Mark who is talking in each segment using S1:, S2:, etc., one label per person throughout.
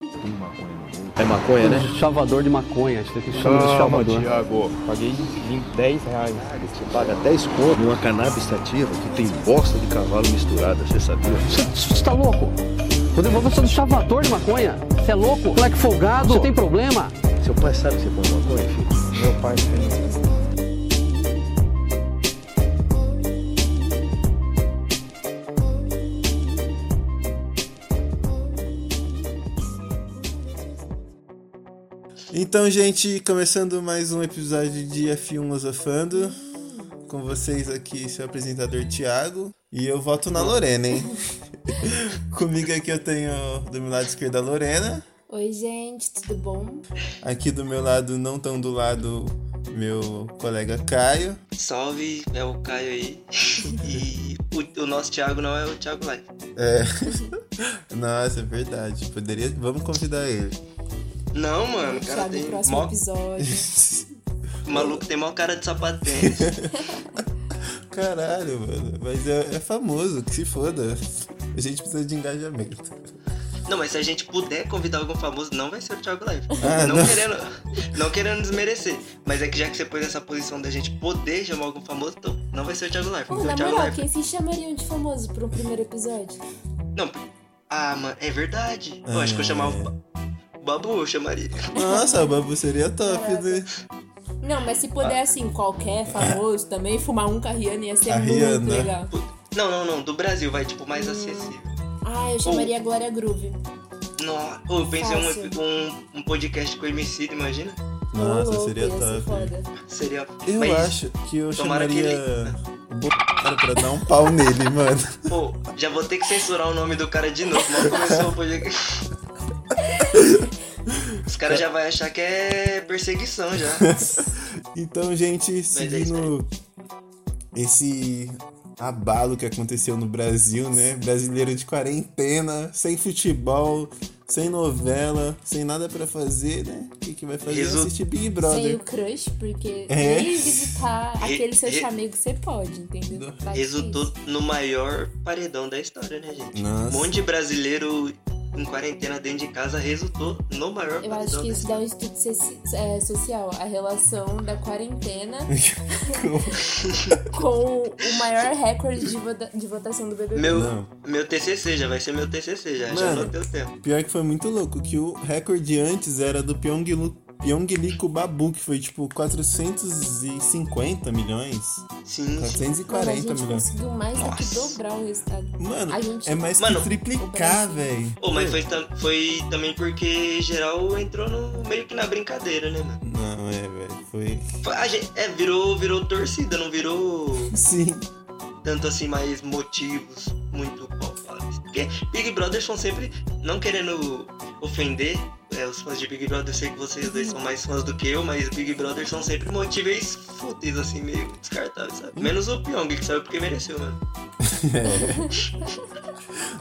S1: tem maconha no bolso.
S2: É maconha, né?
S3: Chavador de maconha, acho que chama de chavador.
S1: Tiago.
S2: Paguei 10 reais.
S1: Você paga 10 conto numa cannabis sativa que tem bosta de cavalo misturada, você sabia?
S3: Você tá louco? Rodrigo, você é um chavador de maconha? Você é louco? Moleque folgado? Você tem problema?
S1: Seu pai sabe que você põe maconha, filho?
S2: Meu pai tem.
S4: Então, gente, começando mais um episódio de F1 Osofando. Com vocês aqui, seu apresentador Thiago. E eu voto na Lorena, hein? Comigo aqui eu tenho do meu lado esquerdo a Lorena.
S5: Oi, gente, tudo bom?
S4: Aqui do meu lado, não tão do lado, meu colega Caio.
S6: Salve, é o Caio aí. E o, o nosso Thiago não é o Thiago Live.
S4: É. Nossa, é verdade. Poderia. Vamos convidar ele.
S6: Não, mano, o cara
S5: Thiago,
S6: tem.
S5: no próximo
S6: Mó,
S5: episódio.
S6: o maluco tem mó cara de sapatênis.
S4: Caralho, mano. Mas é, é famoso, que se foda. A gente precisa de engajamento.
S6: não, mas se a gente puder convidar algum famoso, não vai ser o Thiago Live.
S4: Ah,
S6: não,
S4: não.
S6: Querendo, não querendo desmerecer. Mas é que já que você pôs essa posição da gente poder chamar algum famoso, então não vai ser o Thiago Live.
S5: Pô,
S6: vai ser
S5: na
S6: o Thiago
S5: moral,
S6: Live.
S5: quem se chamariam de famoso pra um primeiro episódio?
S6: Não. Ah, mano, é verdade. Eu acho que
S5: Ah,
S6: eu chamava. o
S5: é.
S6: Ba- Babu, eu chamaria.
S4: Nossa, o Babu seria top, né?
S5: Não, mas se
S6: Ah.
S5: puder, assim, qualquer famoso também, fumar um com a Rihanna ia ser
S4: A
S5: muito
S4: Rihanna.
S6: né?
S5: legal.
S6: Não, não, não. Do Brasil, vai, tipo, mais acessível.
S5: Ah, eu chamaria a Glória Groove.
S6: Nossa, pô, eu pensei
S5: Fácil.
S6: um, um, um podcast com o MC, imagina?
S4: Nossa,
S5: Ô, louco,
S4: seria
S5: ia ser
S4: top.
S5: foda.
S6: Seria.
S4: Eu
S6: mas,
S4: acho que eu
S6: tomara que
S4: chamaria
S6: ele-
S4: o Bolsonaro pra dar um pau nele, mano.
S6: Pô, já vou ter que censurar o nome do cara de novo. Mal começou o podcast. Os caras já vão achar que é perseguição já.
S4: Então, gente,
S6: é
S4: seguindo esse abalo que aconteceu no Brasil, né? Brasileiro de quarentena, sem futebol, sem novela, sem nada pra fazer, né? O que, que vai fazer?
S6: Resu-
S4: Assistir Big
S5: Sem o
S4: Brother.
S5: crush, porque
S4: É.
S5: nem visitar
S6: Re-
S5: aquele seu
S6: re-
S5: chamego você pode, entendeu? Vai
S6: Resultou
S5: difícil.
S6: no maior paredão da história, né, gente?
S4: Nossa.
S6: Um monte de brasileiro em quarentena dentro de casa resultou no maior
S5: Eu
S6: paredão
S5: acho que
S6: da
S5: isso dá um estudo soci- é, social, a relação da quarentena com o maior recorde de, vota- de votação do BBB.
S6: Meu,
S4: Não.
S6: meu TCC já vai ser meu TCC já. Já
S4: Mano.
S6: não deu tempo.
S4: Pior que foi muito louco, que o recorde antes era do Pyonglu- Pyongyilico Babu, que foi tipo 450 milhões,
S6: Sim.
S4: Tá
S6: sim.
S5: Mano, a
S4: 440
S5: gente
S4: milhões.
S5: conseguiu mais do que
S6: Nossa.
S5: dobrar o resultado.
S4: Mano,
S5: a gente...
S4: é mais
S6: Mano,
S4: que triplicar, velho.
S6: Pô, mas foi, tam- foi também porque geral entrou no, meio que na brincadeira, né, mano?
S4: Não, é, velho, foi...
S6: A gente, é, virou, virou torcida, não virou
S4: Sim.
S6: tanto assim mais motivos muito palpáveis. Porque Big Brother são sempre, não querendo ofender é, os fãs de Big Brother, eu sei que vocês dois são mais fãs do que eu, mas Big Brother são sempre motivos fúteis, assim, meio descartáveis, sabe? Menos o Pyong, que saiu porque mereceu, né?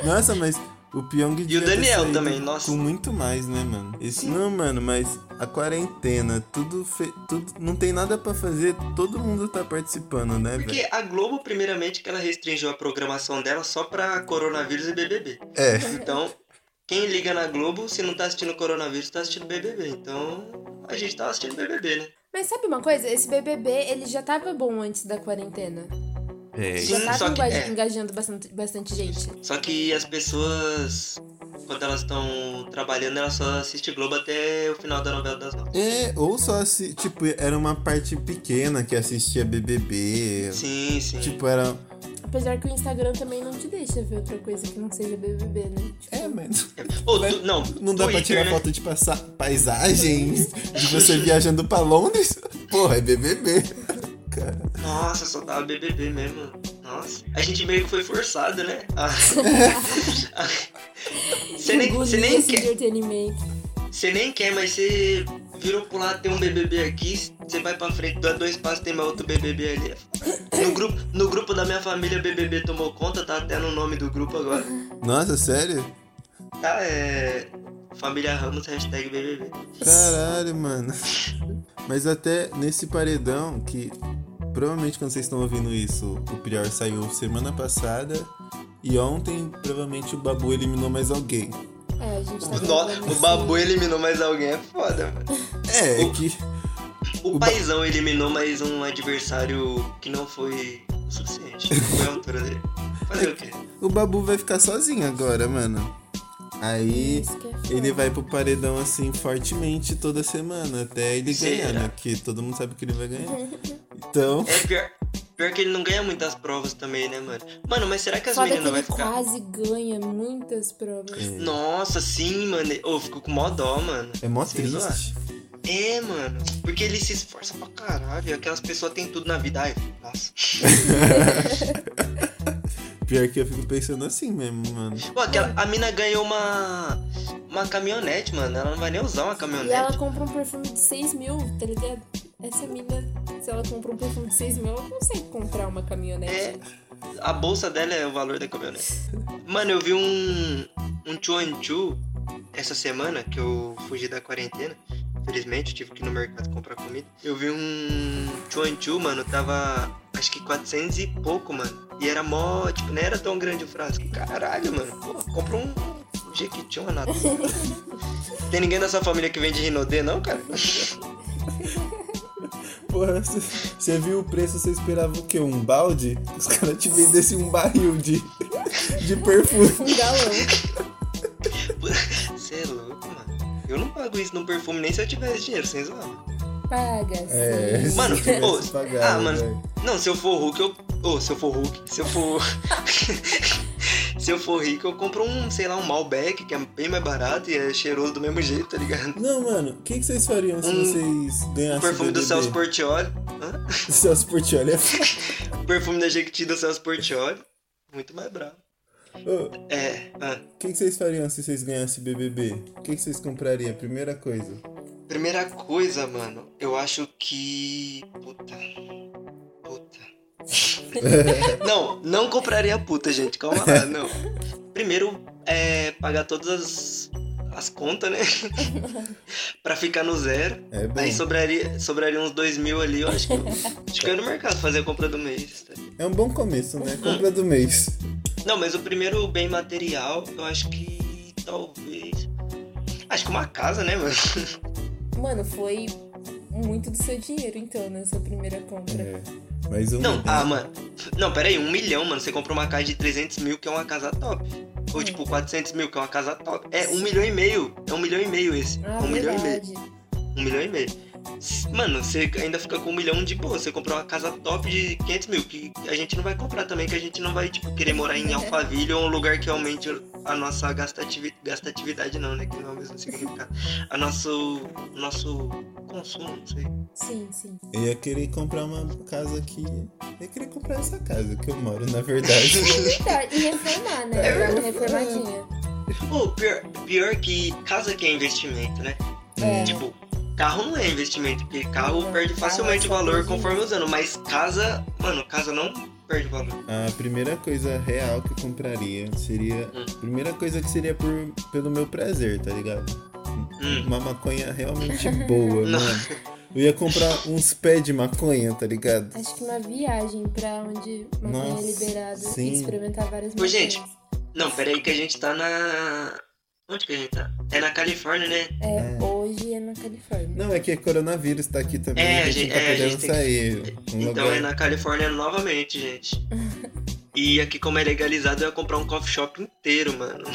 S4: Nossa, mas o Pyong devia ter
S6: Daniel
S4: saído
S6: também, nossa.
S4: Com muito mais, né, mano? Isso não, mano, mas a quarentena, tudo, fe... tudo não tem nada pra fazer, todo mundo tá participando, né, velho?
S6: Porque a Globo, primeiramente, que ela restringiu a programação dela só pra coronavírus e BBB.
S4: É.
S6: Então, quem liga na Globo, se não tá assistindo coronavírus, tá assistindo BBB. Então, a gente tá assistindo BBB, né?
S5: Mas sabe uma coisa? Esse BBB, ele já tava bom antes da quarentena.
S4: É.
S5: Já
S6: Sim,
S5: tava
S6: só que-
S5: enga-
S6: é.
S5: engajando bastante, bastante gente.
S6: Só que as pessoas, quando elas estão trabalhando, elas só assistem Globo até o final da novela das nove.
S4: É, ou só se, tipo, era uma parte pequena que assistia BBB.
S6: Sim, sim.
S4: Tipo, era.
S5: Apesar que o Instagram também não te deixa ver outra coisa que não seja BBB, né? Tipo,
S4: É, mas.
S6: Ou tu- não,
S4: Não dá pra
S6: Twitter,
S4: tirar
S6: né?
S4: foto de passa- paisagens de você viajando pra Londres? Porra, é BBB. Cara.
S6: Nossa, só tava BBB mesmo. Nossa. A gente meio que foi forçado, né? Ah. Você nem,
S5: engolir
S6: você nem
S5: esse
S6: quer,
S5: entretenimento.
S6: você nem quer, mas você virou pro lado, tem um BBB aqui, você vai pra frente, dá dois passos, tem mais outro BBB ali. No grupo, no grupo da minha família, BBB tomou conta, tá até no nome do grupo agora.
S4: Nossa, sério?
S6: Tá, é... Família Ramos, hashtag BBB.
S4: Caralho, mano. Mas até nesse paredão, que provavelmente quando vocês estão ouvindo isso, o Prior saiu semana passada. E ontem, provavelmente, o Babu eliminou mais alguém.
S5: É, a gente tá
S6: O, nó-
S5: tentando
S6: o
S5: se-
S6: Babu eliminou mais alguém, é foda, mano.
S4: É, é que.
S6: O Paizão eliminou mais um adversário que não foi o suficiente. Não foi a altura dele. Fazer o quê?
S4: O Babu vai ficar sozinho agora, mano. Aí
S5: Isso que é foda.
S4: ele vai pro paredão assim fortemente toda semana, até ele
S6: Será?
S4: ganhar, né? Que todo mundo sabe que ele vai ganhar. Então,
S6: É pior, pior que ele não ganha muitas provas também, né, mano? Mano, mas será que as
S5: Foda que
S6: meninas vão
S5: ele
S6: ficar.
S5: quase ganha muitas provas.
S6: Nossa, sim, mano. Ô, fico com mó dó, mano.
S4: é mó
S6: Sei lá.
S4: triste.
S6: É, mano. Porque ele se esforça pra caralho. Aquelas pessoas têm tudo na vida. Ai, nossa.
S4: Pior que eu fico pensando assim mesmo, mano.
S6: Pô, aquela, a mina ganhou uma. Uma caminhonete, mano. Ela não vai nem usar
S5: E
S6: uma
S5: ela
S6: caminhonete.
S5: compra um perfume de 6 mil, tá ligado? Essa mina, se ela compra um perfume de 6 mil, ela consegue comprar uma
S6: É.
S5: caminhonete.
S6: A bolsa dela é o valor da caminhonete. Mano, eu vi um. Um chuanchu essa semana que eu fugi da quarentena. Infelizmente, eu tive que ir no mercado comprar comida. Eu vi um chuanchu, mano. Tava. Acho que 400 e pouco, mano. E era mó. Tipo, não era tão grande o frasco. Caralho, mano. Pô, compra um. um Jequiti, uma nata. Tem ninguém da sua família que vende Rinodê, não, cara?
S4: Porra, você viu o preço, você esperava o quê? Um balde? Os caras te vendessem um barril de, de perfume.
S5: Um galão.
S6: Você é louco, mano. Eu não pago isso num perfume nem se eu tivesse dinheiro, sem zoar.
S5: Paga. assim.
S4: É,
S5: sim.
S6: Mano,
S4: se tivesse
S6: ô,
S4: pagado,
S6: ah, mano.
S4: velho.
S6: Não, se eu for Hulk, eu. Ô, se eu for Hulk, se eu for. se eu for rico, eu compro um, sei lá, um Malbec, que é bem mais barato e é cheiroso do mesmo jeito, tá ligado?
S4: Não, mano, o que, que vocês fariam se
S6: Um-
S4: vocês
S6: O
S4: ganhassem
S6: perfume do
S4: BBB?
S6: Celso Portioli. Hã?
S4: Celso Portioli é foda.
S6: O perfume da Jequiti do Celso Portioli. Muito mais bravo.
S4: Ô,
S6: É, hã.
S4: O que, que vocês fariam se vocês ganhassem BBB? O que, que vocês comprariam? Primeira coisa.
S6: Primeira coisa, mano, eu acho que. Puta. Puta. não, não compraria puta, gente. Calma lá, não. Primeiro, é pagar todas as, as contas, né? pra ficar no zero.
S4: É bom.
S6: Aí sobraria, sobraria uns dois mil ali, eu acho que. eu- Acho que eu ia no mercado fazer a compra do mês. tá ligado?
S4: É um bom começo, né? Compra do mês.
S6: Não, mas o primeiro bem material, eu acho que talvez. Acho que uma casa, né, mano?
S5: Mano, foi muito do seu dinheiro, então, nessa primeira compra.
S4: É. Mais um.
S6: Não,
S4: né?
S6: ah, mano. Não, pera aí, um milhão, mano. Você compra uma casa de 300 mil, que é uma casa top. Ou tipo, 400 mil, que é uma casa top. É um milhão e meio. É um milhão e meio esse.
S5: Ah,
S6: é um milhão e meio.
S5: verdade.
S6: Um milhão e meio. S- Mano, você ainda fica com um milhão de boa. Você comprou uma casa top de 500 mil, que a gente não vai comprar também, que a gente não vai, tipo, querer morar em Alphaville ou um lugar que aumente a nossa gastatividade. Gastatividade não, né? Que não é o mesmo significado. A nosso. Nosso consumo, não sei.
S5: Sim, sim.
S4: Eu ia querer comprar uma casa aqui. Eu ia querer comprar essa casa que eu moro, na verdade.
S5: Tá, E reformar, né?
S6: É
S5: Dar uma reformadinha.
S6: Pô, pior, pior que casa que é investimento, né?
S5: É.
S6: Tipo, carro não é investimento, porque carro
S5: Não,
S6: perde
S5: carro
S6: facilmente
S5: é
S6: o
S5: só
S6: valor
S5: investimento.
S6: conforme os anos, mas casa, mano, casa não perde valor.
S4: a primeira coisa real que eu compraria seria.
S6: Hum.
S4: A primeira coisa que seria por, pelo meu prazer, tá ligado?
S6: Hum.
S4: Uma maconha realmente boa,
S6: Não.
S4: mano. Eu ia comprar uns pés de maconha, tá ligado?
S5: Acho que uma viagem pra onde maconha é
S4: Nossa,
S5: liberada
S4: sim.
S5: e experimentar várias
S6: Ô, gente,
S5: maconhas.
S6: Não, pera aí que a gente tá na. Onde que a gente tá? É na Califórnia, né?
S5: É, hoje é na Califórnia.
S4: Não, é que coronavírus tá aqui também.
S6: É,
S4: a gente não tá
S6: é, a
S4: podendo
S6: gente tem que-
S4: sair. Um
S6: Então
S4: lugar-
S6: é na Califórnia novamente, gente. E aqui, como é legalizado, eu ia comprar um coffee shop inteiro, mano.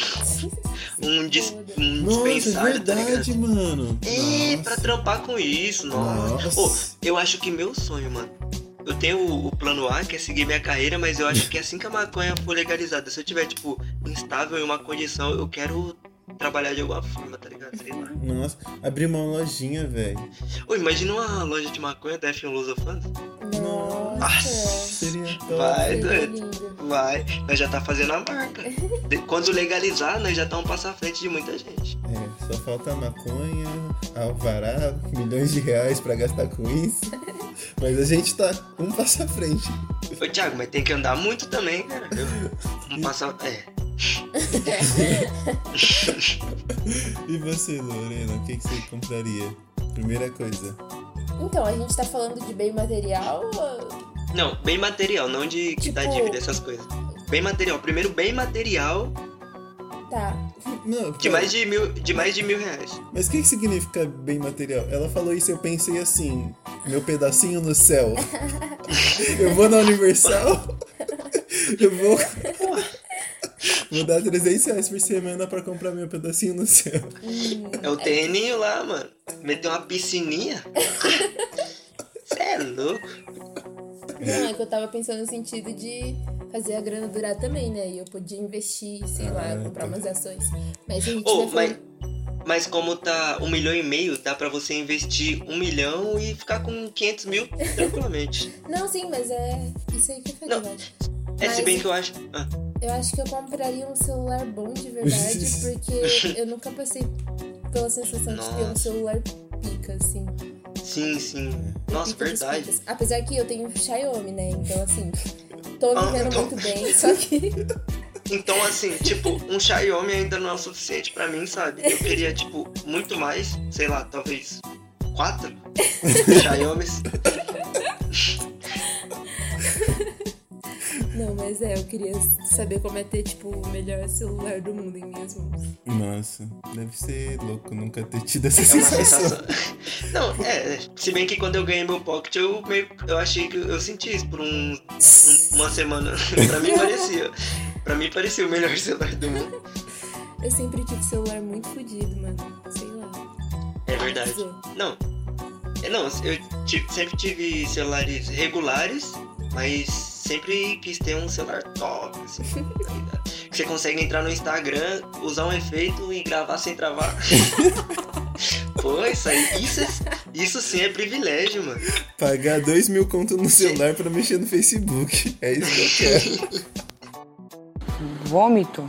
S6: Um, dis... um
S4: Nossa, é
S6: dispensário, tá ligado?
S4: verdade, mano.
S6: É,
S4: Nossa.
S6: pra trampar com isso, nossa.
S4: Nossa.
S6: Ô, eu acho que meu sonho, mano. Eu tenho o, o plano A, que é seguir minha carreira, mas eu acho que assim que a maconha for legalizada, se eu tiver, tipo, instável em uma condição, eu quero trabalhar de alguma forma, tá ligado? Sei lá.
S4: Nossa, abri uma lojinha, velho.
S6: Ô, imagina uma loja de maconha da F1 Lusofans.
S5: Nossa.
S4: Seria top.
S6: Vai,
S5: Seria
S6: É doido.
S5: lindo.
S6: Vai. Nós já tá fazendo a marca. De- quando legalizar, nós já tá um passo à frente de muita gente.
S4: É, só falta maconha, alvará, milhões de reais pra gastar com isso. Mas a gente tá um passo à frente.
S6: Ô, Thiago, mas tem que andar muito também, cara. Eu- Um passo a... É.
S4: E você, Lorena, o que, que você compraria? Primeira coisa.
S5: Então, a gente tá falando de bem material ou
S6: Não, bem material, não de que dá
S5: Tipo-
S6: dívida, essas coisas. Bem material. Primeiro, bem material.
S5: Tá.
S4: Não,
S6: De
S4: pera.
S6: mais de mil, de mais de mil reais.
S4: Mas o que, que significa bem material? Ela falou isso e eu pensei assim: meu pedacinho no céu. eu vou na Universal. eu vou. Vou dar 300 reais por semana pra comprar meu pedacinho no céu.
S6: É o terreninho lá, mano. Meteu uma piscininha. Você é louco.
S5: Não, é que eu tava pensando no sentido de fazer a grana durar também, né? E eu podia investir, sei lá, comprar umas ações. Mas a gente
S6: Ô,
S5: vai
S6: mas, mas como tá um milhão e meio, dá pra você investir um milhão e ficar com 500 mil tranquilamente.
S5: Não, sim, mas é isso aí que eu falei,
S6: Não.
S5: eu acho.
S6: É, se
S5: Mas-
S6: bem que eu acho. Ah,
S5: Eu acho que eu compraria um celular bom de verdade, porque eu nunca passei pela sensação de ter um
S6: Nossa.
S5: celular pica, assim.
S6: sim, sim. Nossa,
S5: Pica dos
S6: verdade.
S5: picas. Apesar que eu tenho Xiaomi, né? Então, assim, tô
S6: Ah,
S5: me vendo
S6: então-
S5: muito bem, só que...
S6: Então, assim, tipo, um Xiaomi ainda não é o suficiente pra mim, sabe? Eu queria, tipo, muito mais, sei lá, talvez quatro Xiaomis.
S5: Não, mas é, eu queria saber como é ter, tipo, o melhor celular do mundo em minhas mãos.
S4: Nossa, deve ser louco nunca ter tido essa
S6: É uma
S4: sensação.
S6: sensação. Não, é. é. Se bem que quando eu ganhei meu pocket, eu meio. Eu achei que eu senti isso por um, um- uma semana. pra mim parecia. Pra mim parecia o melhor celular do mundo.
S5: Eu sempre tive celular muito fodido, mano. Sei lá.
S6: É verdade. Não. É, Não, eu ti- sempre tive celulares regulares, mas sempre quis ter um celular top, assim, tá ligado? Que você consegue entrar no Instagram, usar um efeito e gravar sem travar. Pô, isso aí, isso, é- isso sim é privilégio, mano.
S4: Pagar dois mil conto no celular pra mexer no Facebook. É isso que eu quero.
S7: Vômito?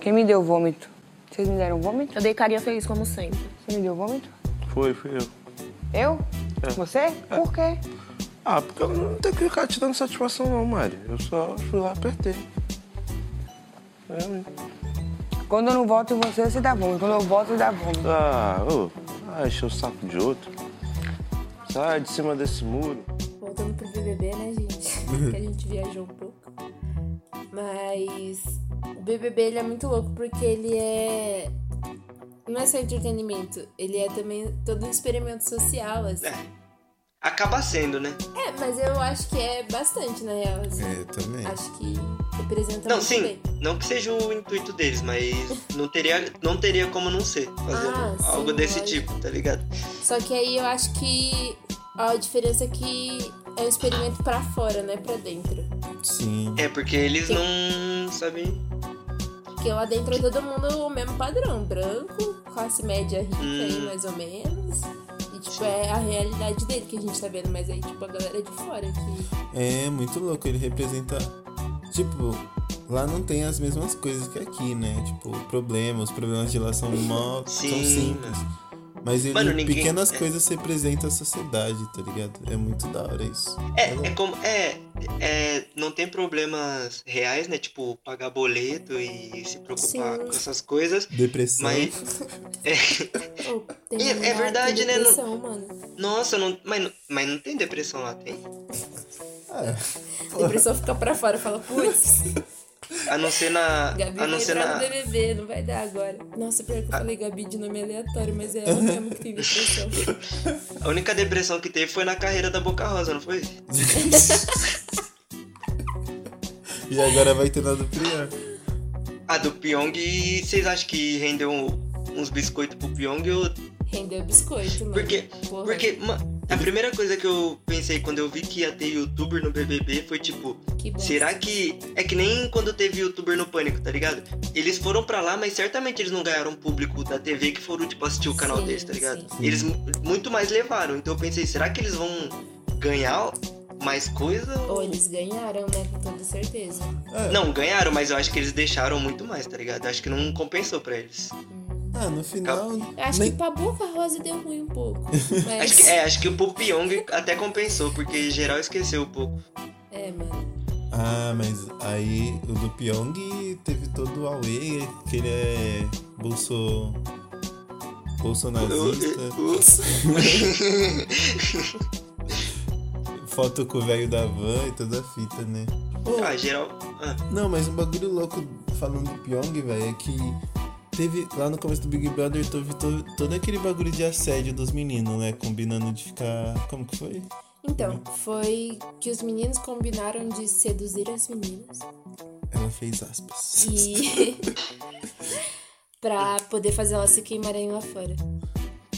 S7: Quem me deu vômito? Vocês me deram vômito?
S8: Eu dei carinha feliz, como sempre.
S7: Você me deu vômito?
S9: Foi, fui eu. É.
S7: Eu? Você? Por quê?
S9: Ah, porque eu não tenho que ficar te dando satisfação não, Mari. Eu só fui lá e apertei. É, mesmo.
S7: Quando eu não voto em você, você dá vômito. Quando eu voto, você dá vômito.
S9: ah, ô. Ah, encheu o saco de outro. Sai de cima desse muro.
S5: Voltando pro BBB, né, gente? que a gente viajou um pouco. Mas o BBB ele é muito louco porque ele é. Não é só entretenimento, ele é também todo um experimento social, assim.
S6: É. Acaba sendo, né?
S5: É, mas eu acho que é bastante, na real. assim.
S4: É, eu também.
S5: Acho que representa
S6: Não,
S5: muito
S6: sim,
S5: bem.
S6: não que seja o intuito deles, mas não teria, não teria como não ser fazendo
S5: Ah, sim,
S6: algo desse
S5: lógico.
S6: tipo, tá ligado?
S5: Só que aí eu acho que a diferença é que é um experimento pra fora, não é pra dentro.
S4: Sim.
S6: É, porque eles
S5: Sim.
S6: não sabem.
S5: Porque lá dentro é todo mundo o mesmo padrão, branco, classe média rica aí,
S6: Hum.
S5: mais ou menos. E tipo, é a realidade dele que a gente tá vendo, mas aí, tipo, a galera de fora que.
S4: É muito louco, ele representa. Tipo, lá não tem as mesmas coisas que aqui, né? Tipo, problemas, os problemas de lá são mó. são
S6: Sim, né?
S4: simples. Mas ele,
S6: Mano, ninguém-
S4: pequenas
S6: é.
S4: coisas representam a sociedade, tá ligado? É muito da hora isso.
S6: É,
S4: louco.
S6: é como. É, é, não tem problemas reais, né? Tipo, pagar boleto e se preocupar
S5: Sim.
S6: com essas coisas.
S4: Depressão.
S6: Mas.
S5: Ô, tem
S6: É- é
S5: lugar que
S6: verdade,
S5: tem
S6: né, não-
S5: depressão, mano.
S6: Nossa, não, mas, não- mas não tem depressão lá, tem?
S5: A depressão fica pra fora, fala, putz,
S6: A não ser na.
S5: Gabi
S6: A
S5: vai
S6: Ah, não Ah. ser
S5: entrar no
S6: na.
S5: BBB, não vai dar agora. Nossa, pior que eu falei Gabi de nome aleatório, mas é ela mesmo que tem depressão.
S6: A única depressão que teve foi na carreira da Boca Rosa, não foi?
S4: E agora vai ter nada pior.
S6: A do Pyong, vocês acham que rendeu um- uns biscoitos pro Pyong ou
S5: Rendeu biscoito, mano.
S6: Porque,
S5: Porra.
S6: porque ma- a primeira coisa que eu pensei quando eu vi que ia ter youtuber no BBB foi tipo,
S5: Que bosta.
S6: será que. É que nem quando teve youtuber no Pânico, tá ligado? Eles foram pra lá, mas certamente eles não ganharam um público da TV que foram, tipo, assistir o canal
S5: Sim,
S6: deles, tá ligado?
S4: sim.
S6: Eles mu- muito mais levaram. Então eu pensei, será que eles vão ganhar mais coisa?
S5: Ou eles ganharam, né? Com toda certeza.
S6: Não, ganharam, mas eu acho que eles deixaram muito mais, tá ligado? Eu acho que não compensou pra eles.
S4: Ah, no final.
S5: Eu acho
S4: nem-
S5: que pra boca rosa deu ruim um pouco. Mas...
S6: Acho que, é, acho que o pro Pyong até compensou, porque geral esqueceu um pouco.
S5: É, mano.
S4: Ah, mas aí o do Pyong teve todo o Aue, que ele é bolso... bolsonarista. Foto com o velho da van e toda a fita, né?
S6: Ah, geral. Ah,
S4: Não, mas um bagulho louco falando do Pyong, velho, é que teve lá no começo do Big Brother teve to- todo aquele bagulho de assédio dos meninos, né? Combinando de ficar. Como que foi?
S5: Então, foi que os meninos combinaram de seduzir as meninas
S4: Ela fez aspas.
S5: e. pra poder fazer elas se queimarem lá fora.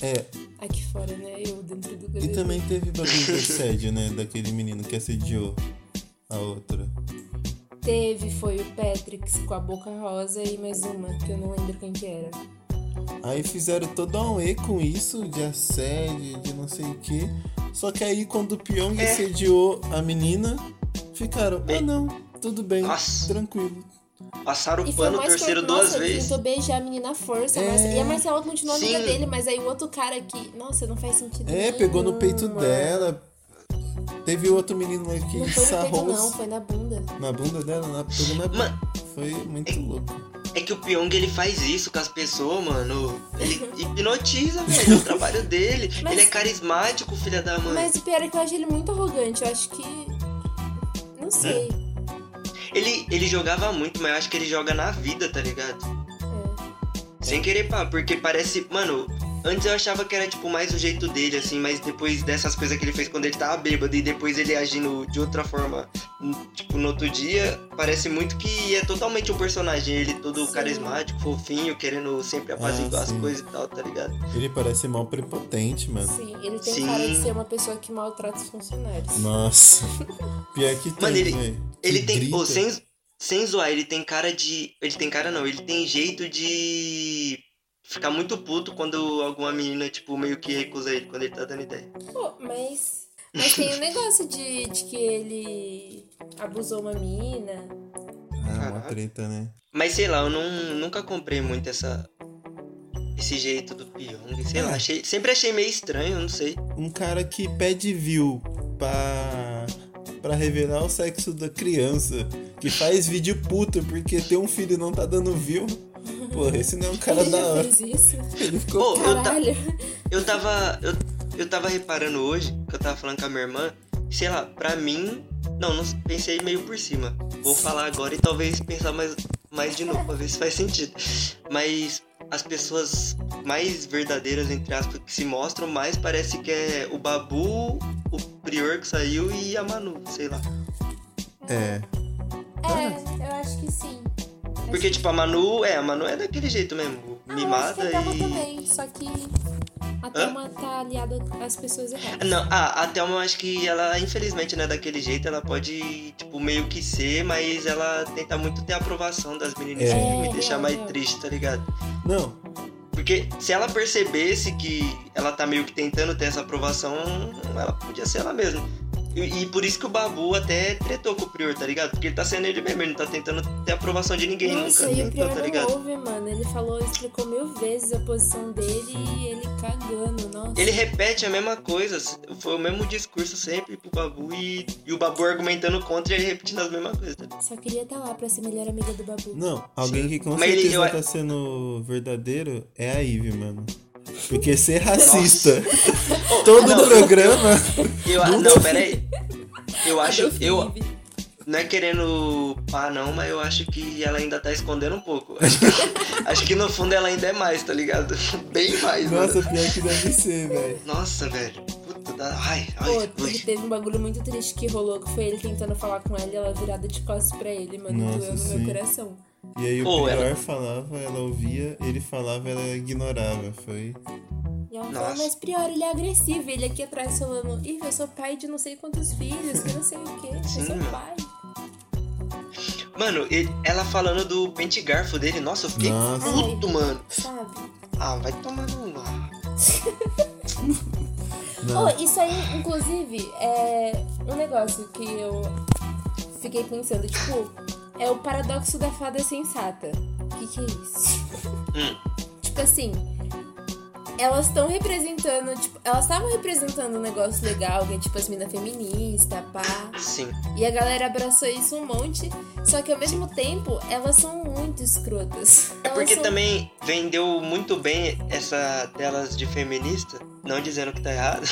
S4: É,
S5: Aqui fora, né? Eu dentro do
S4: e
S5: BBB.
S4: também teve bagulho de assédio, né? Daquele menino que assediou a outra.
S5: Teve, foi o Patrix com a boca rosa e mais uma, que eu não lembro quem que era.
S4: Aí fizeram todo um E com isso, de assédio, de não sei o que. Só que aí quando o Pyong
S6: É.
S4: assediou a menina, ficaram, ah não, tudo bem,
S6: Nossa.
S4: tranquilo.
S6: Passaram
S5: E
S6: o
S5: foi
S6: pano,
S5: mais
S6: torceram
S5: que
S6: duas
S5: nossa, ele
S6: vezes.
S5: tentou beijar a menina à força.
S4: É.
S5: mas- E a Marcela continuou amiga
S6: Sim.
S5: dele, mas aí o outro cara que. Nossa, não faz sentido.
S4: É, pegou no peito
S5: nenhum,
S4: dela. Teve outro menino lá
S5: Não
S4: que
S5: foi no peito,
S4: sarrou
S5: não, foi na bunda.
S4: na bunda dela, na, pegou na
S6: Mano.
S4: Foi muito louco.
S6: É que o Pyong ele faz isso com as pessoas, mano. Ele hipnotiza, velho. É o trabalho dele.
S5: Mas-
S6: Ele é carismático, filha da mãe.
S5: Mas o pior é que eu acho ele muito arrogante. Eu acho que. Não sei.
S6: Ele, ele jogava muito, mas eu acho que ele joga na vida, tá ligado?
S5: É.
S6: Sem querer pá, porque parece. Mano, antes eu achava que era tipo mais o jeito dele, assim, mas depois dessas coisas que ele fez quando ele tava bêbado e depois ele agindo de outra forma, n- tipo, no outro dia, parece muito que é totalmente um personagem. Ele todo
S5: Sim.
S6: carismático, fofinho, querendo sempre apaziguar as
S4: sim.
S6: coisas e tal, tá ligado?
S4: Ele parece mal prepotente, mano.
S5: Sim, assim, ele tem
S6: Sim.
S5: cara de ser uma pessoa que maltrata os funcionários.
S4: Nossa. Pior que tem,
S6: Mano, ele-
S4: velho. Que
S6: Ele tem.
S4: grita.
S6: Pô, sem, sem zoar, ele tem cara de. Ele tem cara não, ele tem jeito de. Ficar muito puto quando alguma menina, tipo, meio que recusa ele quando ele tá dando ideia.
S5: Pô, mas. Mas tem o negócio de, de que ele abusou uma mina.
S4: Ah, uma
S6: Caraca.
S4: treta, né?
S6: Mas sei lá, eu não, nunca comprei muito essa. Esse jeito do Pyong. Sei
S4: É.
S6: lá, achei, sempre achei meio estranho, não sei.
S4: um cara que pede view pra, pra revelar o sexo da criança, que faz vídeo puto porque ter um filho e não tá dando view. Porra, esse não é um cara
S5: ele
S4: da
S5: já
S4: hora.
S5: fez isso?
S4: Ele ficou.
S6: Pô, eu, ta,
S5: Caralho.
S6: eu tava. Eu, eu tava reparando hoje, que eu tava falando com a minha irmã, sei lá, pra mim. Não, não pensei meio por cima. Vou falar agora e talvez pensar mais, mais de novo, pra ver se faz sentido. Mas as pessoas mais verdadeiras, entre aspas, que se mostram mais, parece que é o Babu, o Prior que saiu e a Manu, sei lá.
S4: É.
S5: É, eu acho que sim.
S6: Porque, tipo, a Manu, é, a Manu é daquele jeito mesmo,
S5: Ah, eu acho que
S6: mimada
S5: a Thelma
S6: e.
S5: também, só que a Thelma tá aliada às pessoas erradas.
S6: Não, ah, a Thelma, eu acho que ela, infelizmente, não é daquele jeito, ela pode, tipo, meio que ser, mas ela tenta muito ter a aprovação das meninas
S4: É.
S6: e me
S5: É,
S6: deixar
S5: real,
S6: mais
S5: real.
S6: triste, tá ligado?
S4: Não,
S6: Porque se ela percebesse que ela tá meio que tentando ter essa aprovação, ela podia ser ela mesma. E, e por isso que o Babu até tretou com o Prior, tá ligado? Porque ele tá sendo ele mesmo, ele não tá tentando ter a aprovação de ninguém
S5: Nossa,
S6: nunca,
S5: e o
S6: nunca,
S5: Prior é
S6: tá
S5: não
S6: ligado?
S5: ouve, mano. Ele falou, explicou mil vezes a posição dele e ele cagando, nossa.
S6: Ele repete a mesma coisa, foi o mesmo discurso sempre pro Babu e, e o Babu argumentando contra e ele repetindo as mesmas coisas. tá ligado?
S5: Só queria estar lá pra ser melhor amiga do Babu.
S4: não. Alguém
S6: Sim.
S4: que com
S6: Mas ele- é-
S4: certeza
S6: eu-
S4: tá sendo verdadeiro é a Ivy, mano. Porque ser racista todo
S6: não.
S4: programa.
S6: Eu, ah, não, peraí. Eu acho.
S5: Adolfo
S6: Eu,
S5: Ivy.
S6: não é querendo pá, não, mas eu acho que ela ainda tá escondendo um pouco. Acho que, acho que no fundo ela ainda é mais, tá ligado? Bem mais,
S4: Nossa,
S6: mano.
S4: pior que deve ser, velho.
S6: Nossa, velho. Puta da. Ai, ai,
S5: Pô,
S6: ui.
S5: teve, teve um bagulho muito triste que rolou, que foi ele tentando falar com ela e ela virada de costas pra ele, mano.
S4: Nossa,
S5: doeu no
S4: sim.
S5: meu coração.
S4: E aí o
S6: Pô,
S4: pior
S6: ela-
S4: falava, ela ouvia, ele falava, ela ignorava. Foi.
S5: E ela falou,
S6: Nossa.
S5: mas Prior, ele é agressivo. Ele aqui atrás falando, Ih, eu sou pai de não sei quantos filhos, que não sei o quê. Eu
S6: Sim,
S5: sou
S6: mano.
S5: pai.
S6: Mano, ele- ela falando do pentigarfo dele, nossa, eu fiquei
S4: Nossa.
S6: puto, mano.
S5: Sabe?
S6: Ah, vai tomar no. Ah.
S4: Não.
S5: Oh, isso aí, inclusive, é um negócio que eu fiquei pensando, tipo, é o paradoxo da fada sensata. O que, que é isso?
S6: Hum.
S5: Tipo assim, elas estão representando, tipo, elas estavam representando um negócio legal, que é tipo as minas feministas, pá.
S6: Sim.
S5: E a galera abraçou isso um monte, só que ao mesmo tempo elas são muito escrotas.
S6: É
S5: Elas
S6: porque
S5: são-
S6: também vendeu muito bem essa delas de feminista, não dizendo que tá errado,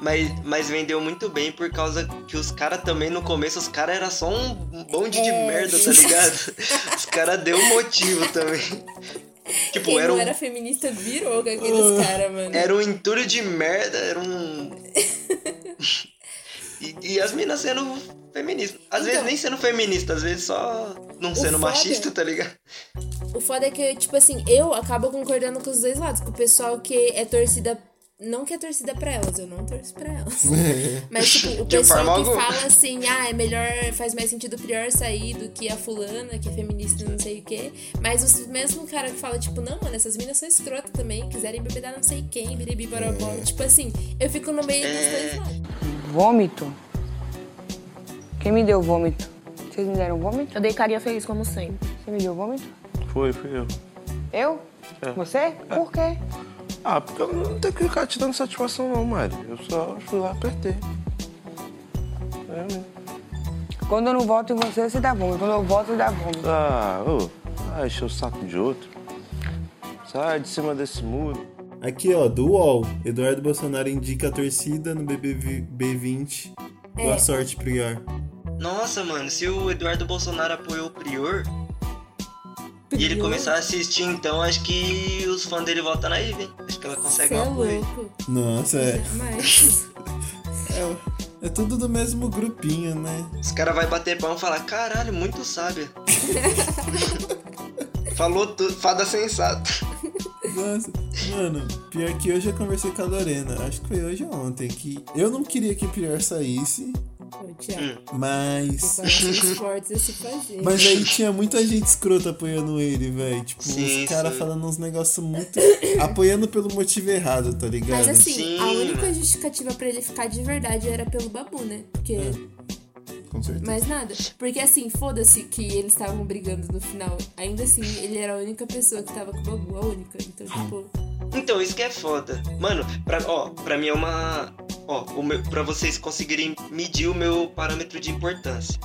S6: mas, mas vendeu muito bem por causa que os caras também no começo, os caras era só um bonde de
S5: É,
S6: merda, tá
S5: gente.
S6: ligado? Os caras deu motivo também. Tipo,
S5: Quem
S6: era
S5: não
S6: um,
S5: era feminista virou com aqueles caras, mano.
S6: era um entulho de merda, era um. e, e as minas sendo feministas. Às vezes
S5: Então.
S6: nem sendo feminista, às vezes só não sendo
S5: foda-
S6: machista, tá ligado?
S5: O foda é que, tipo assim, eu acabo concordando com os dois lados, com o pessoal que é torcida. Não que é torcida pra elas, eu não torço pra elas. Mas, tipo, o
S6: De
S5: pessoal que
S6: forma alguma.
S5: fala assim, ah, é melhor, faz mais sentido pior sair do que a fulana, que é feminista e não sei o quê. Mas os mesmo cara que fala, tipo, não, mano, essas minas são escrotas também, quiserem bebedar não sei quem, biribi, borobó.
S6: É.
S5: Tipo assim, eu fico no meio dos dois lados.
S7: Vômito? Quem me deu vômito? Vocês me deram vômito?
S8: Eu dei carinha feliz como sempre.
S7: Você me deu vômito?
S9: Foi, fui eu. É.
S7: Eu? Você? Por quê?
S9: Ah, porque eu não tenho que ficar te dando satisfação não, Mari. Eu só fui lá, apertei. É mesmo.
S7: Quando eu não voto em você, você dá vômito. Quando eu voto, você dá vômito.
S9: Ah, ô. Ah, encheu o saco de outro. Sai de cima desse muro.
S4: Aqui, ó, do UOL. Eduardo Bolsonaro indica a torcida no BBB20.
S5: É.
S4: Boa sorte, Prior.
S6: Nossa, mano, se o Eduardo Bolsonaro apoiou o Prior, e ele começar a assistir, então acho que os fãs dele votam na Ivy, hein? Acho que ela consegue
S5: Você é
S6: um apoio.
S5: louco.
S4: Nossa, é,
S5: Mas.
S4: é tudo do mesmo grupinho, né?
S6: Os caras vão bater pão e falar, caralho, muito sábia. Falou tudo, fada sensata.
S4: Nossa, mano, pior que hoje eu conversei com a Lorena, acho que foi hoje ou ontem, que eu não queria que o Pior saísse,
S5: Ô, Thiago,
S6: Hum.
S4: mas.
S5: vários esportes a se fazer.
S4: Mas aí tinha muita gente escrota apoiando ele, velho. Tipo,
S6: Sim,
S4: os caras
S6: sim.
S4: falando uns negócios muito. apoiando pelo motivo errado, tá ligado?
S5: Mas assim, a
S6: Sim,
S5: única
S6: mano.
S5: justificativa pra ele ficar de verdade era pelo babu, né? Porque.
S6: É.
S4: Com certeza.
S5: Mais nada. Porque assim, foda-se que eles estavam brigando no final. Ainda assim, ele era a única pessoa que tava com o babu, a única. Então, tipo.
S6: Então, isso que é foda. Mano, pra, ó, pra mim é uma. Ó, o meu, pra vocês conseguirem medir o meu parâmetro de importância.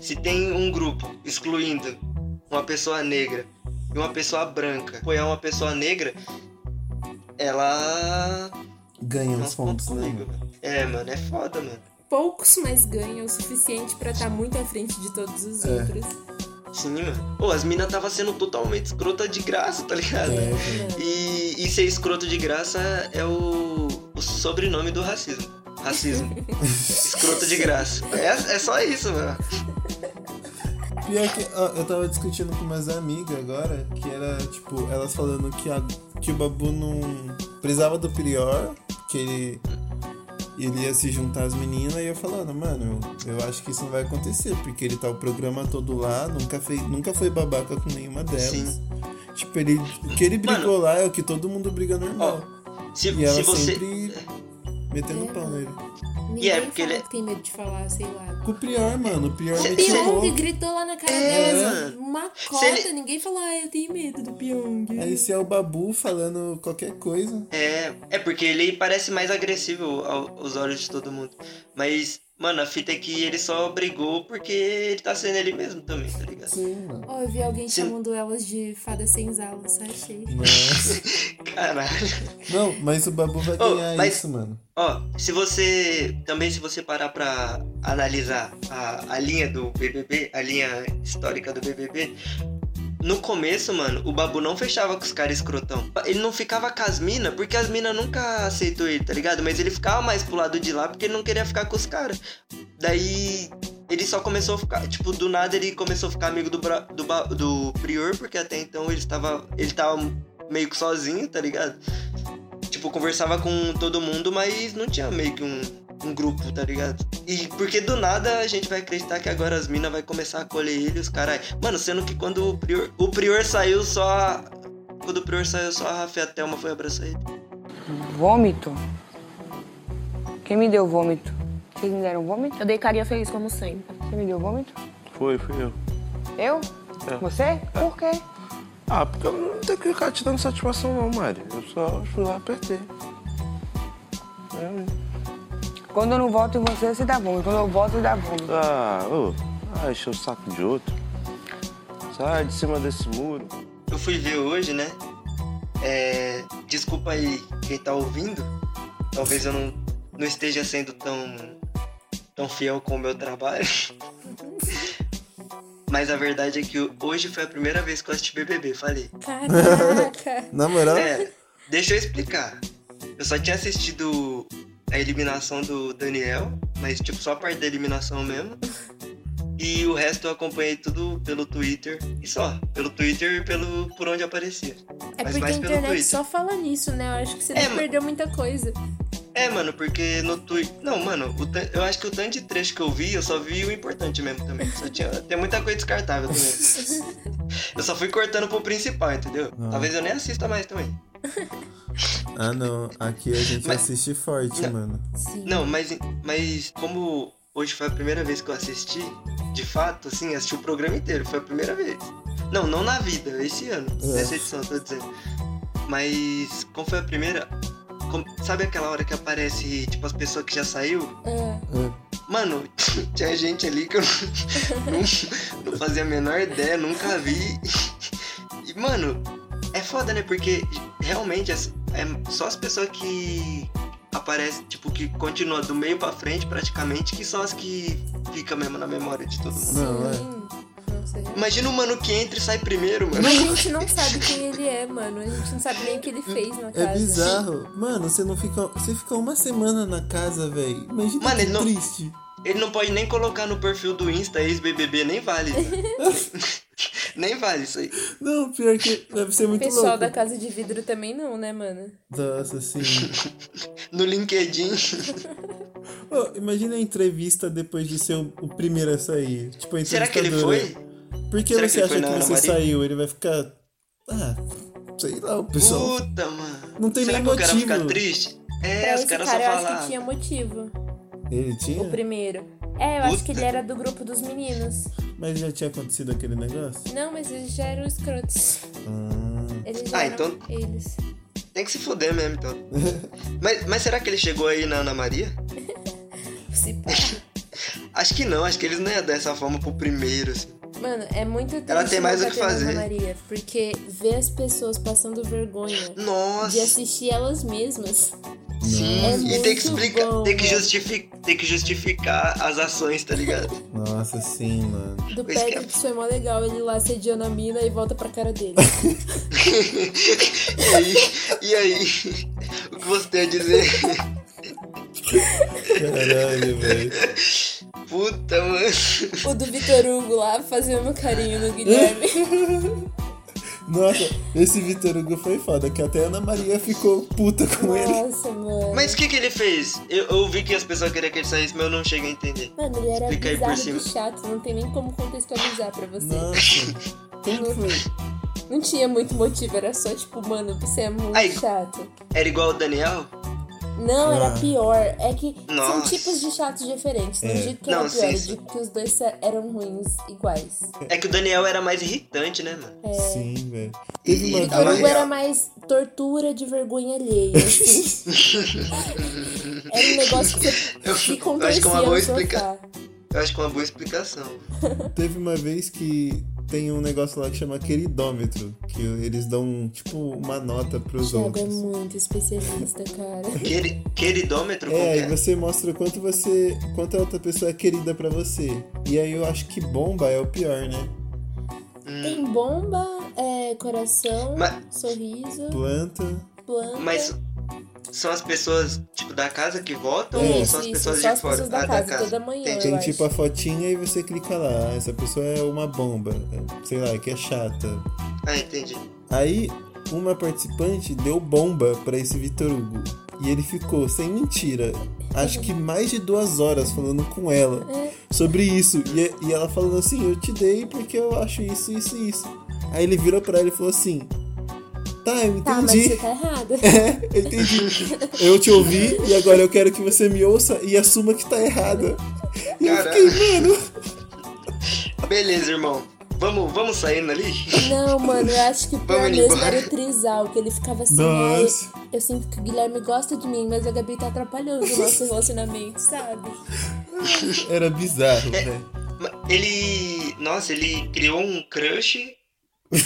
S6: Se tem um grupo excluindo uma pessoa negra e uma pessoa branca, apoiar uma pessoa negra, ela.
S4: Ganha
S6: Não
S4: uns pontos, né?
S6: comigo,
S4: mano?
S6: mano. É, mano, é foda, mano.
S5: Poucos mais ganham o suficiente pra estar muito à frente de todos os
S6: É.
S5: outros.
S6: Sim, mano. Pô, as minas tava sendo totalmente escrota de graça, tá ligado?
S4: É,
S6: E, e ser escroto de graça é o, o sobrenome do racismo. Racismo. escroto de graça. É, é só isso, mano.
S4: Pior é que ó, eu tava discutindo com umas amigas agora, que era, tipo, elas falando que, a- que o Babu não precisava do Prior, que ele, ele ia se juntar às meninas, e eu falando, mano, eu, eu acho que isso não vai acontecer, porque ele tá o programa todo lá, nunca, fez, nunca foi babaca com nenhuma delas.
S6: Sim.
S4: Tipo, ele, o que ele brigou lá é o que todo mundo briga
S6: Ó,
S4: normal.
S6: se,
S4: e ela
S6: se você.
S4: sempre metendo pau nele.
S5: Ninguém
S6: E é, porque
S5: fala
S6: ele-
S5: que tem medo de falar, sei lá.
S4: Com o Prior, mano, o Prior
S6: Cê-
S4: me
S5: Pyong
S6: um
S4: tirou.
S5: gritou lá na cara
S6: É.
S5: dela uma cota,
S6: ele-
S5: ninguém falou, ah, eu tenho medo do Pyong.
S4: Aí se é o Babu falando qualquer coisa.
S6: É, é porque ele parece mais agressivo ao- aos olhos de todo mundo. Mas, mano, a fita é que ele só brigou porque ele tá sendo ele mesmo também, tá ligado?
S4: Sim, mano.
S5: Ó, eu vi alguém
S6: Se-
S5: chamando elas de fada sem sala, só achei.
S4: Nossa.
S6: Caralho.
S4: Não, mas o Babu vai
S6: Ô,
S4: ganhar
S6: mas-
S4: isso, mano.
S6: Ó, se você. Também, se você parar pra analisar a, a linha do BBB, a linha histórica do BBB, no começo, mano, o Babu não fechava com os caras escrotão. Ele não ficava com as minas, porque as minas nunca aceitou ele, tá ligado? Mas ele ficava mais pro lado de lá porque ele não queria ficar com os caras. Daí. Ele só começou a ficar, tipo, do nada ele começou a ficar amigo do, Bra- do, Ba- do Prior, porque até então ele estava, ele tava meio que sozinho, tá ligado? tipo, conversava com todo mundo, mas não tinha meio que um, um grupo, tá ligado? E porque do nada a gente vai acreditar que agora as minas vai começar a colher ele, os caras. Mano, sendo que quando o Prior, o Prior saiu só. a- Quando o Prior saiu só a Rafa e a Thelma foi abraçar ele.
S7: Vômito? Quem me deu vômito? Vocês me deram vômito?
S8: Eu dei carinha feliz como sempre.
S7: Você me deu vômito?
S9: Foi, fui eu.
S7: Eu? Você? Por quê?
S9: Ah, porque eu não tenho que ficar te dando satisfação não, Mari. Eu só fui lá apertei. É,
S7: Quando eu não voto em você, você dá vômito. Quando eu voto, você dá vômito.
S9: Ah, ô. Ah, encheu o saco de outro. Sai de cima desse muro.
S6: Eu fui ver hoje, né? É, desculpa aí quem tá ouvindo. Talvez eu não, não esteja sendo tão, tão fiel com o meu trabalho. Mas a verdade é que hoje foi a primeira vez que eu assisti BBB, falei.
S5: Caraca!
S4: Na moral,
S6: É, deixa eu explicar. Eu só tinha assistido a eliminação do Daniel, mas tipo, só a parte da eliminação mesmo. E o resto eu acompanhei tudo pelo Twitter. E só, pelo Twitter e pelo por onde aparecia.
S5: É
S6: Mas
S5: porque a
S6: mais pelo
S5: internet
S6: Twitter.
S5: só fala nisso, né? Eu acho que você
S6: É,
S5: não
S6: mano.
S5: perdeu muita coisa.
S6: É, mano, porque no Twitter. Não, mano, o tan- eu acho que o tanto de trecho que eu vi, eu só vi o importante mesmo também. Só tinha... Tem muita coisa descartável também. eu só fui cortando pro principal, entendeu? Talvez eu nem assista mais também.
S4: Ah, não. Aqui a gente
S6: Mas-
S4: assiste forte,
S6: Não.
S4: mano.
S5: Sim.
S6: Não, mas, mas como hoje foi a primeira vez que eu assisti, de fato, assim, assisti o programa inteiro, foi a primeira vez. Não, não na vida, esse ano,
S4: É.
S6: nessa edição, tô dizendo. Mas como foi a primeira. como- sabe aquela hora que aparece, tipo, as pessoas que já saiu?
S4: É,
S6: Mano, tinha gente ali que eu não, não fazia a menor ideia, nunca vi. E, mano, é foda, né? Porque realmente é, é só as pessoas que aparecem, tipo, que continua do meio pra frente praticamente, que são as que ficam mesmo na memória de todo mundo.
S4: Não, é.
S5: é. Nossa, gente.
S6: Imagina o mano que entra e sai primeiro, mano.
S5: A gente não sabe quem ele é, mano. A gente não sabe nem o que ele fez na casa.
S4: É bizarro. Mano, você não fica. Você fica uma semana na casa, velho. Imagina
S6: Mano,
S4: que
S6: ele não-
S4: triste.
S6: Ele não pode nem colocar no perfil do Insta ex-BBB, nem vale. nem vale isso aí.
S4: Não, pior que deve ser
S5: O
S4: muito
S5: pessoal
S4: louco.
S5: da casa de vidro também não, né, mano?
S4: Nossa, sim.
S6: No LinkedIn.
S4: Ô, imagina a entrevista depois de ser o, o primeiro a sair. Tipo, a entrevistadora.
S6: Será que ele foi?
S4: Por que
S6: Será
S4: você
S6: que ele
S4: acha
S6: foi
S4: que
S6: na Ana
S4: você
S6: Maria?
S4: saiu? Ele vai ficar. Ah, sei lá, o pessoal.
S6: Puta, mano.
S4: Não tem
S6: Será
S4: nem
S6: que o cara
S4: motivo.
S6: fica triste? É,
S5: pra
S6: os
S5: esse
S6: caras só
S5: cara, eu
S6: falam. "Ah, tá." Hum.
S5: acho que tinha motivo.
S4: Ele tinha?
S5: O primeiro. É, eu acho que
S6: Puta.
S5: ele era do grupo dos meninos.
S4: Mas já tinha acontecido aquele negócio?
S5: Não, mas eles já eram escrotos. Eles já
S6: Ah,
S5: eram
S6: então-
S5: eles.
S6: Tem que se fuder mesmo, então. mas, mas será que ele chegou aí na Ana Maria?
S5: Se pá.
S6: Acho que não, acho que eles não iam dar essa forma pro primeiro, assim.
S5: Mano, é muito triste
S6: Ela tem mais
S5: nunca
S6: o que
S5: ter Ana
S6: fazer.
S5: Maria, porque ver as pessoas passando vergonha de
S6: Nossa,
S5: assistir elas mesmas.
S6: sim.
S5: É
S6: e tem que
S5: muito
S6: explicar,
S5: bom, né?
S6: tem, que
S5: mano.
S6: justificar, tem que justificar as ações, tá ligado?
S4: Nossa, sim, mano.
S5: Do
S6: Pois que
S5: Patrick,
S6: é.
S5: isso foi mó legal. Ele lá sediando a mina e volta pra cara dele.
S6: e aí, e aí? o que você tem a dizer?
S4: Caralho, velho.
S6: Puta, mano.
S5: o do Vitor Hugo lá fazendo carinho no Guilherme.
S4: Nossa, esse Vitor Hugo foi foda, que até a Ana Maria ficou puta com ele.
S5: Nossa, mano.
S6: Mas o que que ele fez? Eu, eu vi que as pessoas queriam que ele saísse, mas eu não cheguei a entender.
S5: Mano, ele era
S6: Explica aí por
S5: bizarro
S6: cima.
S5: de chato. Não tem nem como contextualizar pra você.
S4: Nossa. Como que foi?
S5: Não tinha muito motivo, era só tipo, mano, você é muito
S6: Ai.
S5: chato.
S6: Era igual o Daniel?
S5: Não, era
S4: Ah.
S5: pior. É que são
S6: Nossa.
S5: tipos de chatos diferentes. Não
S4: É.
S5: digo que era
S6: Não,
S5: pior, eu
S6: sim, sim.
S5: digo que os dois eram ruins iguais.
S6: É que o Daniel era mais irritante, né, mano?
S4: Sim, velho. Teve uma
S5: Vitor
S6: mas-
S5: Hugo era mais tortura de vergonha alheia. Assim. era um negócio que você
S6: Eu-
S5: se
S6: eu acho que é uma boa
S5: explicar.
S6: explica- Eu acho que é uma boa explicação.
S4: Teve uma vez que tem um negócio lá que chama queridômetro, que eles dão, tipo, uma nota pros
S5: Thiago é
S4: outros.
S5: muito especialista, cara.
S6: Queri- Queridômetro? como
S4: É,
S6: que
S4: e você mostra o quanto você. quanto a outra pessoa é querida pra você. E aí eu acho que bomba é o pior, né?
S5: Tem bomba, é, coração,
S6: Hum. Mas-
S5: sorriso,
S4: Planta.
S5: planta.
S6: Mas são as pessoas, tipo, da casa que votam ou
S5: É Isso,
S6: são as
S5: isso,
S6: pessoas
S5: só
S6: de
S5: as
S6: fora?
S5: pessoas da
S6: Ah,
S5: casa, toda manhã,
S6: Entendi.
S4: Tem
S5: Eu
S4: tipo a
S5: acho.
S4: fotinha e você clica lá. "Ah, Essa pessoa é uma bomba. Sei lá, que é chata.
S6: Ah, entendi.
S4: Aí, uma participante deu bomba pra esse Vitor Hugo. E ele ficou, sem mentira, acho que mais de duas horas falando com ela
S5: É.
S4: sobre isso. E, e ela falando assim: Eu te dei porque eu acho isso, isso e isso. Aí ele virou pra ela e falou assim: Tá, eu
S5: Tá, mas
S4: entendi.
S5: você tá errado.
S4: É, eu entendi. Eu te ouvi e agora eu quero que você me ouça e assuma que tá errada. E eu
S6: Caralho.
S4: fiquei, mano.
S6: Beleza, irmão. Vamos, vamos saindo ali?
S5: Não, mano, eu acho que o pior
S6: Vamos
S5: mesmo
S6: embora.
S5: era o Trisal, que ele ficava assim, ai,
S4: Nossa.
S5: eu sinto que o Guilherme gosta de mim, mas a Gabi tá atrapalhando o nosso relacionamento, sabe?
S4: Era bizarro, né? velho.
S6: Ma- Ele. Nossa, ele criou um crush e,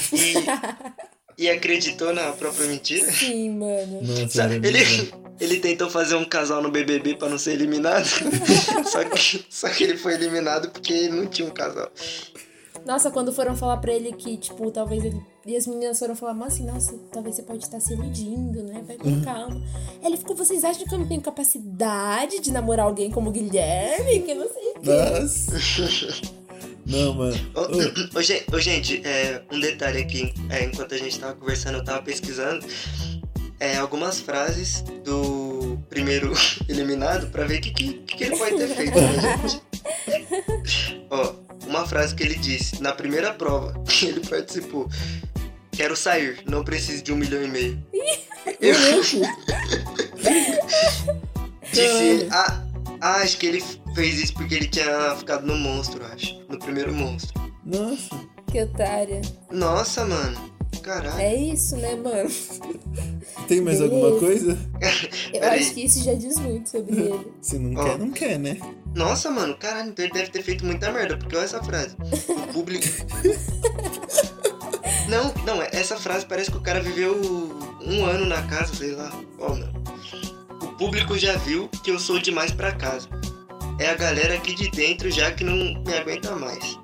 S6: e acreditou na própria mentira.
S5: Sim, é mano.
S4: Nossa, era
S6: Sabe, Ele,
S4: bizarro.
S6: ele tentou fazer um casal no BBB pra não ser eliminado. só, que, só que ele foi eliminado porque não tinha um casal.
S5: Nossa, quando foram falar pra ele que, tipo, talvez ele. E as meninas foram falar, mas assim, nossa, talvez você pode estar se iludindo, né? Vai com calma. Aí ele ficou, vocês acham que eu não tenho capacidade de namorar alguém como o Guilherme? Que não sei o quê.
S4: Nossa. Não, mano.
S6: Ô, ô, gen- ô, gente, é, um detalhe aqui. é, enquanto a gente tava conversando, eu tava pesquisando é, algumas frases do primeiro eliminado pra ver o que, que, que ele pode ter feito, né, gente? Ó, uma frase que ele disse na primeira prova que ele participou. Quero sair, não preciso de um milhão e meio. Eu... Disse ele, ah, ah, acho que ele fez isso porque ele tinha ficado no monstro, acho. No primeiro monstro.
S4: Nossa.
S5: Que otária.
S6: Nossa, mano. Caralho.
S5: É isso, né, mano?
S4: Tem mais alguma
S5: Beleza.
S4: coisa?
S5: Eu
S6: Peraí.
S5: acho que isso já diz muito sobre ele.
S4: Se não
S6: Ó.
S4: quer, não quer, né?
S6: Nossa, mano. Caralho, então ele deve ter feito muita merda. Porque olha essa frase. O público. não, não. é- Essa frase parece que o cara viveu um ano na casa, sei lá. Ó, mano. O público já viu que eu sou demais pra casa. É a galera aqui de dentro já que não me aguenta mais.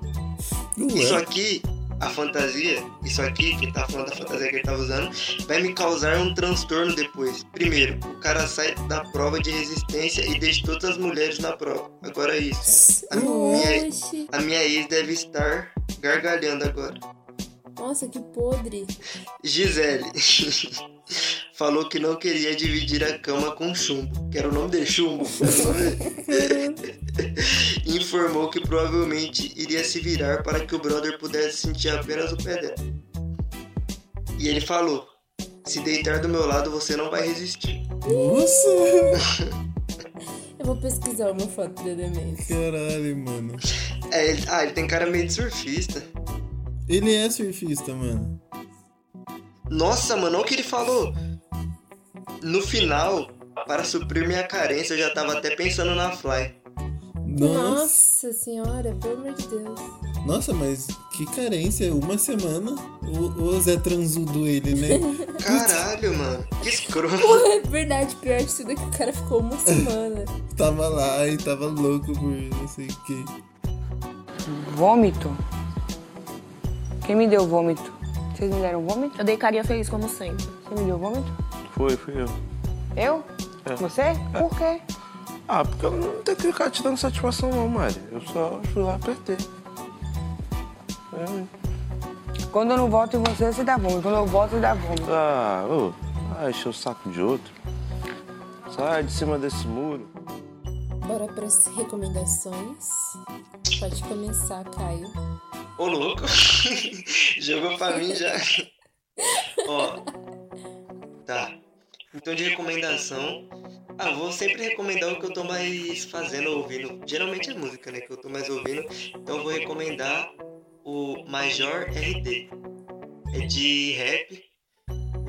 S6: Isso
S4: Ué.
S6: aqui, a fantasia, isso aqui que ele tá falando da fantasia que ele tava usando, vai me causar um transtorno depois. Primeiro, o cara sai da prova de resistência e deixa todas as mulheres na prova. Agora é isso. A minha,
S5: Oxi.
S6: a minha ex deve estar gargalhando agora.
S5: Nossa, que podre.
S6: Gisele. Falou que não queria dividir a cama com chumbo. Que era o nome de chumbo. Informou que provavelmente iria se virar para que o brother pudesse sentir apenas o pé dela. E ele falou: Se deitar do meu lado, você não vai resistir.
S4: Nossa.
S5: Eu vou pesquisar uma foto dele mesmo.
S4: Caralho, mano.
S6: É, ele- ah, ele tem cara meio de surfista.
S4: Ele é surfista, mano.
S6: Nossa, mano, olha o que ele falou. No final, para suprir minha carência, eu já tava até pensando na Fly.
S4: Nossa.
S5: Nossa senhora, pelo amor de Deus.
S4: Nossa, mas que carência. Uma semana o, o Zé transudo ele, né?
S6: Caralho, mano. Que escroto.
S5: É verdade, pior de tudo é que o cara ficou uma semana.
S4: tava lá e tava louco por não sei o que.
S7: Vômito? Quem me deu vômito? Vocês me deram vômito?
S8: Eu dei carinha feliz como sempre.
S7: Você me deu vômito?
S9: Foi, fui eu.
S7: Eu? Você? Por quê?
S9: Ah, porque eu não tenho que ficar te dando satisfação não, Mari. Eu só fui lá apertei. É.
S7: Quando eu não voto em você, você dá vômito. Quando eu voto, você dá vômito.
S9: Ah, ô. Ah, encher o saco de outro. Sai de cima desse muro.
S5: Bora para as recomendações. Pode começar, Caio.
S6: Ô louco. Jogou pra mim já. Ó. Tá. Então de recomendação. Ah, vou sempre recomendar o que eu tô mais fazendo, ouvindo. Geralmente é música, né? Que eu tô mais ouvindo. Então eu vou recomendar o Major RD. É de rap.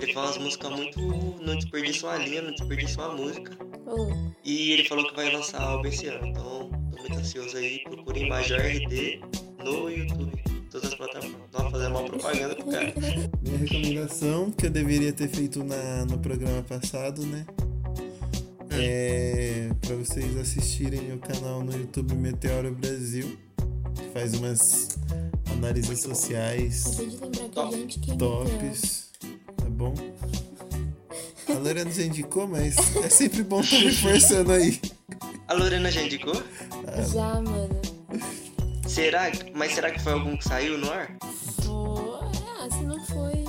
S6: Ele faz umas músicas muito. Não desperdiça uma linha, não desperdiça uma música.
S5: Ô,
S6: E ele falou que vai lançar álbum esse ano. Então, tô muito ansioso aí. Procurem Major RD no YouTube. Todas as plataformas. Nossa, fazendo uma propaganda pro cara.
S4: Minha recomendação, que eu deveria ter feito na, no programa passado, né? É pra vocês assistirem o canal no YouTube Meteoro Brasil, que faz umas análises sociais
S5: acabei de lembrar que a
S6: Top.
S5: gente quem
S4: tops, tá bom? A Lorena já indicou, mas é sempre bom estar reforçando aí.
S6: A Lorena já indicou?
S5: é. Já, mano.
S6: Será? que- Mas será que foi algum que saiu no ar?
S5: Ô, Ah, se não foi.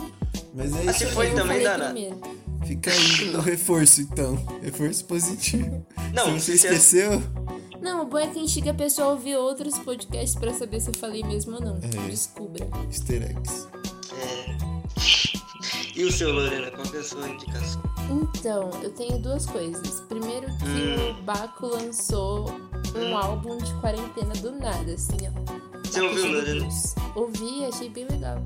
S4: Mas é
S6: Ah, se
S4: isso
S6: foi
S4: aí.
S5: eu
S6: também
S5: falei
S6: dá nada.
S5: primeiro.
S4: Fica aí o reforço, então. Reforço positivo.
S6: Não,
S4: se você
S6: se-
S4: esqueceu...
S5: Não, o bom é que instiga a pessoa a ouvir outros podcasts pra saber se eu falei mesmo ou não.
S4: É.
S5: Descubra.
S4: Easter eggs.
S6: É. E o seu, Lorena? Qual que é a sua indicação?
S5: Então, eu tenho duas coisas. Primeiro que
S6: Hum.
S5: o Baco lançou um álbum de quarentena do nada, assim, ó.
S6: Você não viu nada, né?
S5: Ouvi, achei bem legal.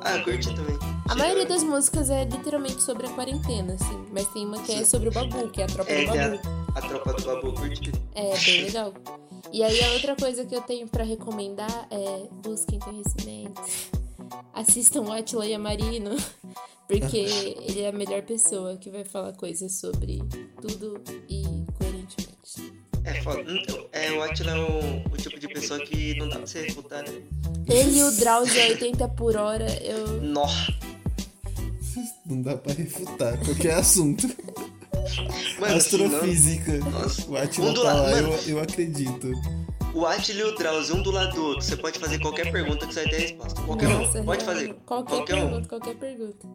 S6: Ah, curti também.
S5: A maioria das músicas é literalmente sobre a quarentena, assim. Mas tem uma que é sobre o Babu, que é a tropa
S6: É,
S5: do
S6: que a,
S5: Babu.
S6: a tropa do babu curti.
S5: É, bem legal. E aí a outra coisa que eu tenho pra recomendar é busquem conhecimento. Assistam o Atila Yamarino, porque ele é a melhor pessoa que vai falar coisas sobre tudo e coerentemente.
S6: É foda. Então, é, o Atila é o, o tipo de pessoa que não dá pra você refutar, né?
S5: Ele e o Drauzio a 80 por hora, eu
S6: Nossa.
S4: Não dá pra refutar qualquer assunto.
S6: Mano, assim,
S4: Astrofísica.
S6: Nossa.
S4: O Atila tá
S6: Ondulado,
S4: lá, eu,
S6: mano.
S4: eu acredito.
S6: não, o Atila e o Drauzio, um do lado do outro. Você pode fazer qualquer pergunta que você vai ter resposta. Qualquer
S5: Nossa,
S6: um. Pode
S5: real.
S6: fazer.
S5: Qualquer,
S6: um.
S5: pergunta, qualquer pergunta.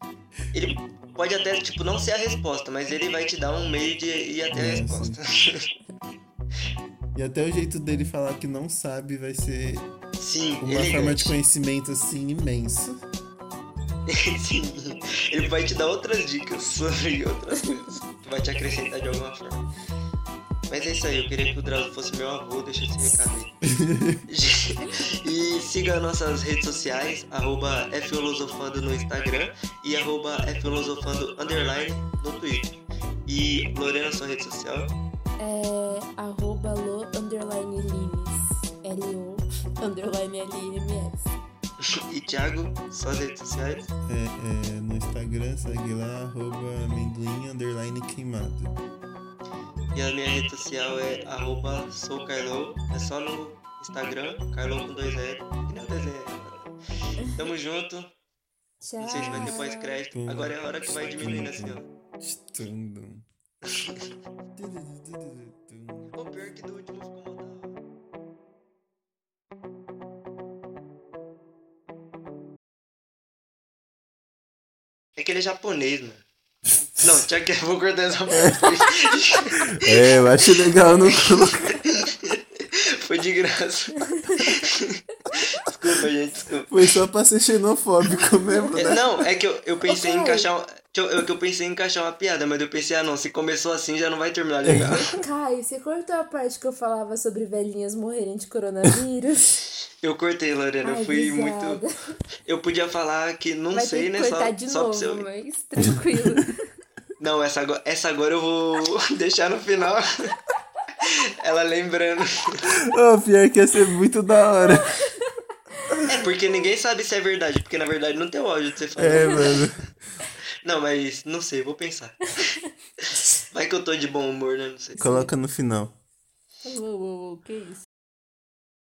S6: Ele pode até, tipo, não ser a resposta, mas ele vai te dar um meio de ir até a
S4: É, sim.
S6: resposta.
S4: E até o jeito dele falar que não sabe vai ser
S6: Sim,
S4: uma
S6: ele
S4: forma de conhecimento assim imensa.
S6: Sim, ele vai te dar outras dicas sobre outras coisas. que Vai te acrescentar de alguma forma. Mas é isso aí, eu queria que o Drauzio fosse meu avô, deixa esse recado aí. e siga nossas redes sociais, arroba Filosofando no Instagram e arroba Filosofando underline no Twitter. E Lorena, sua rede social.
S5: É arroba lo underline limes. L-O underline L-I-M-S.
S6: E Thiago, suas redes sociais.
S4: É, é, no Instagram, segue lá, arroba amendoim underline queimado.
S6: E a minha rede social é arroba soucarlão. É só no Instagram, Carlão com dois L. Que nem o desenho. né? Tamo junto.
S5: Tchau.
S6: Não sei se vai ter pós-crédito. Agora é a hora que vai diminuindo assim, ó.
S4: Estundum.
S6: O pior é que do último ficou uma da hora. É aquele japonês, mano. Não, tinha que eu vou cortar essa parte.
S4: É, eu acho legal no
S6: Foi de graça. Desculpa, gente, desculpa.
S4: Foi só pra ser xenofóbico mesmo,
S6: É,
S4: né?
S6: não, é que eu, eu pensei em encaixar. um- deixa Eu, eu que eu pensei em encaixar uma piada, mas eu pensei, ah não, se começou assim já não vai terminar legal.
S5: Caio, você cortou a parte que eu falava sobre velhinhas morrerem de coronavírus?
S6: Eu cortei, Lorena, eu
S5: Ai,
S6: fui
S5: risada.
S6: muito. Eu podia falar que não
S5: Vai
S6: sei,
S5: ter que
S6: né?
S5: cortar
S6: Só,
S5: de
S6: só pra
S5: novo,
S6: você.
S5: mas tranquilo.
S6: Não, essa agora, essa agora eu vou deixar no final. Ela lembrando.
S4: Ô, pior que ia ser muito da hora.
S6: É porque ninguém sabe se é verdade, porque na verdade não tem o áudio de você falar.
S4: É, mano.
S6: Não, mas não sei, vou pensar. Vai que eu tô de bom humor, né? Não sei.
S4: Coloca no final.
S5: Uou, uou, uou, que isso?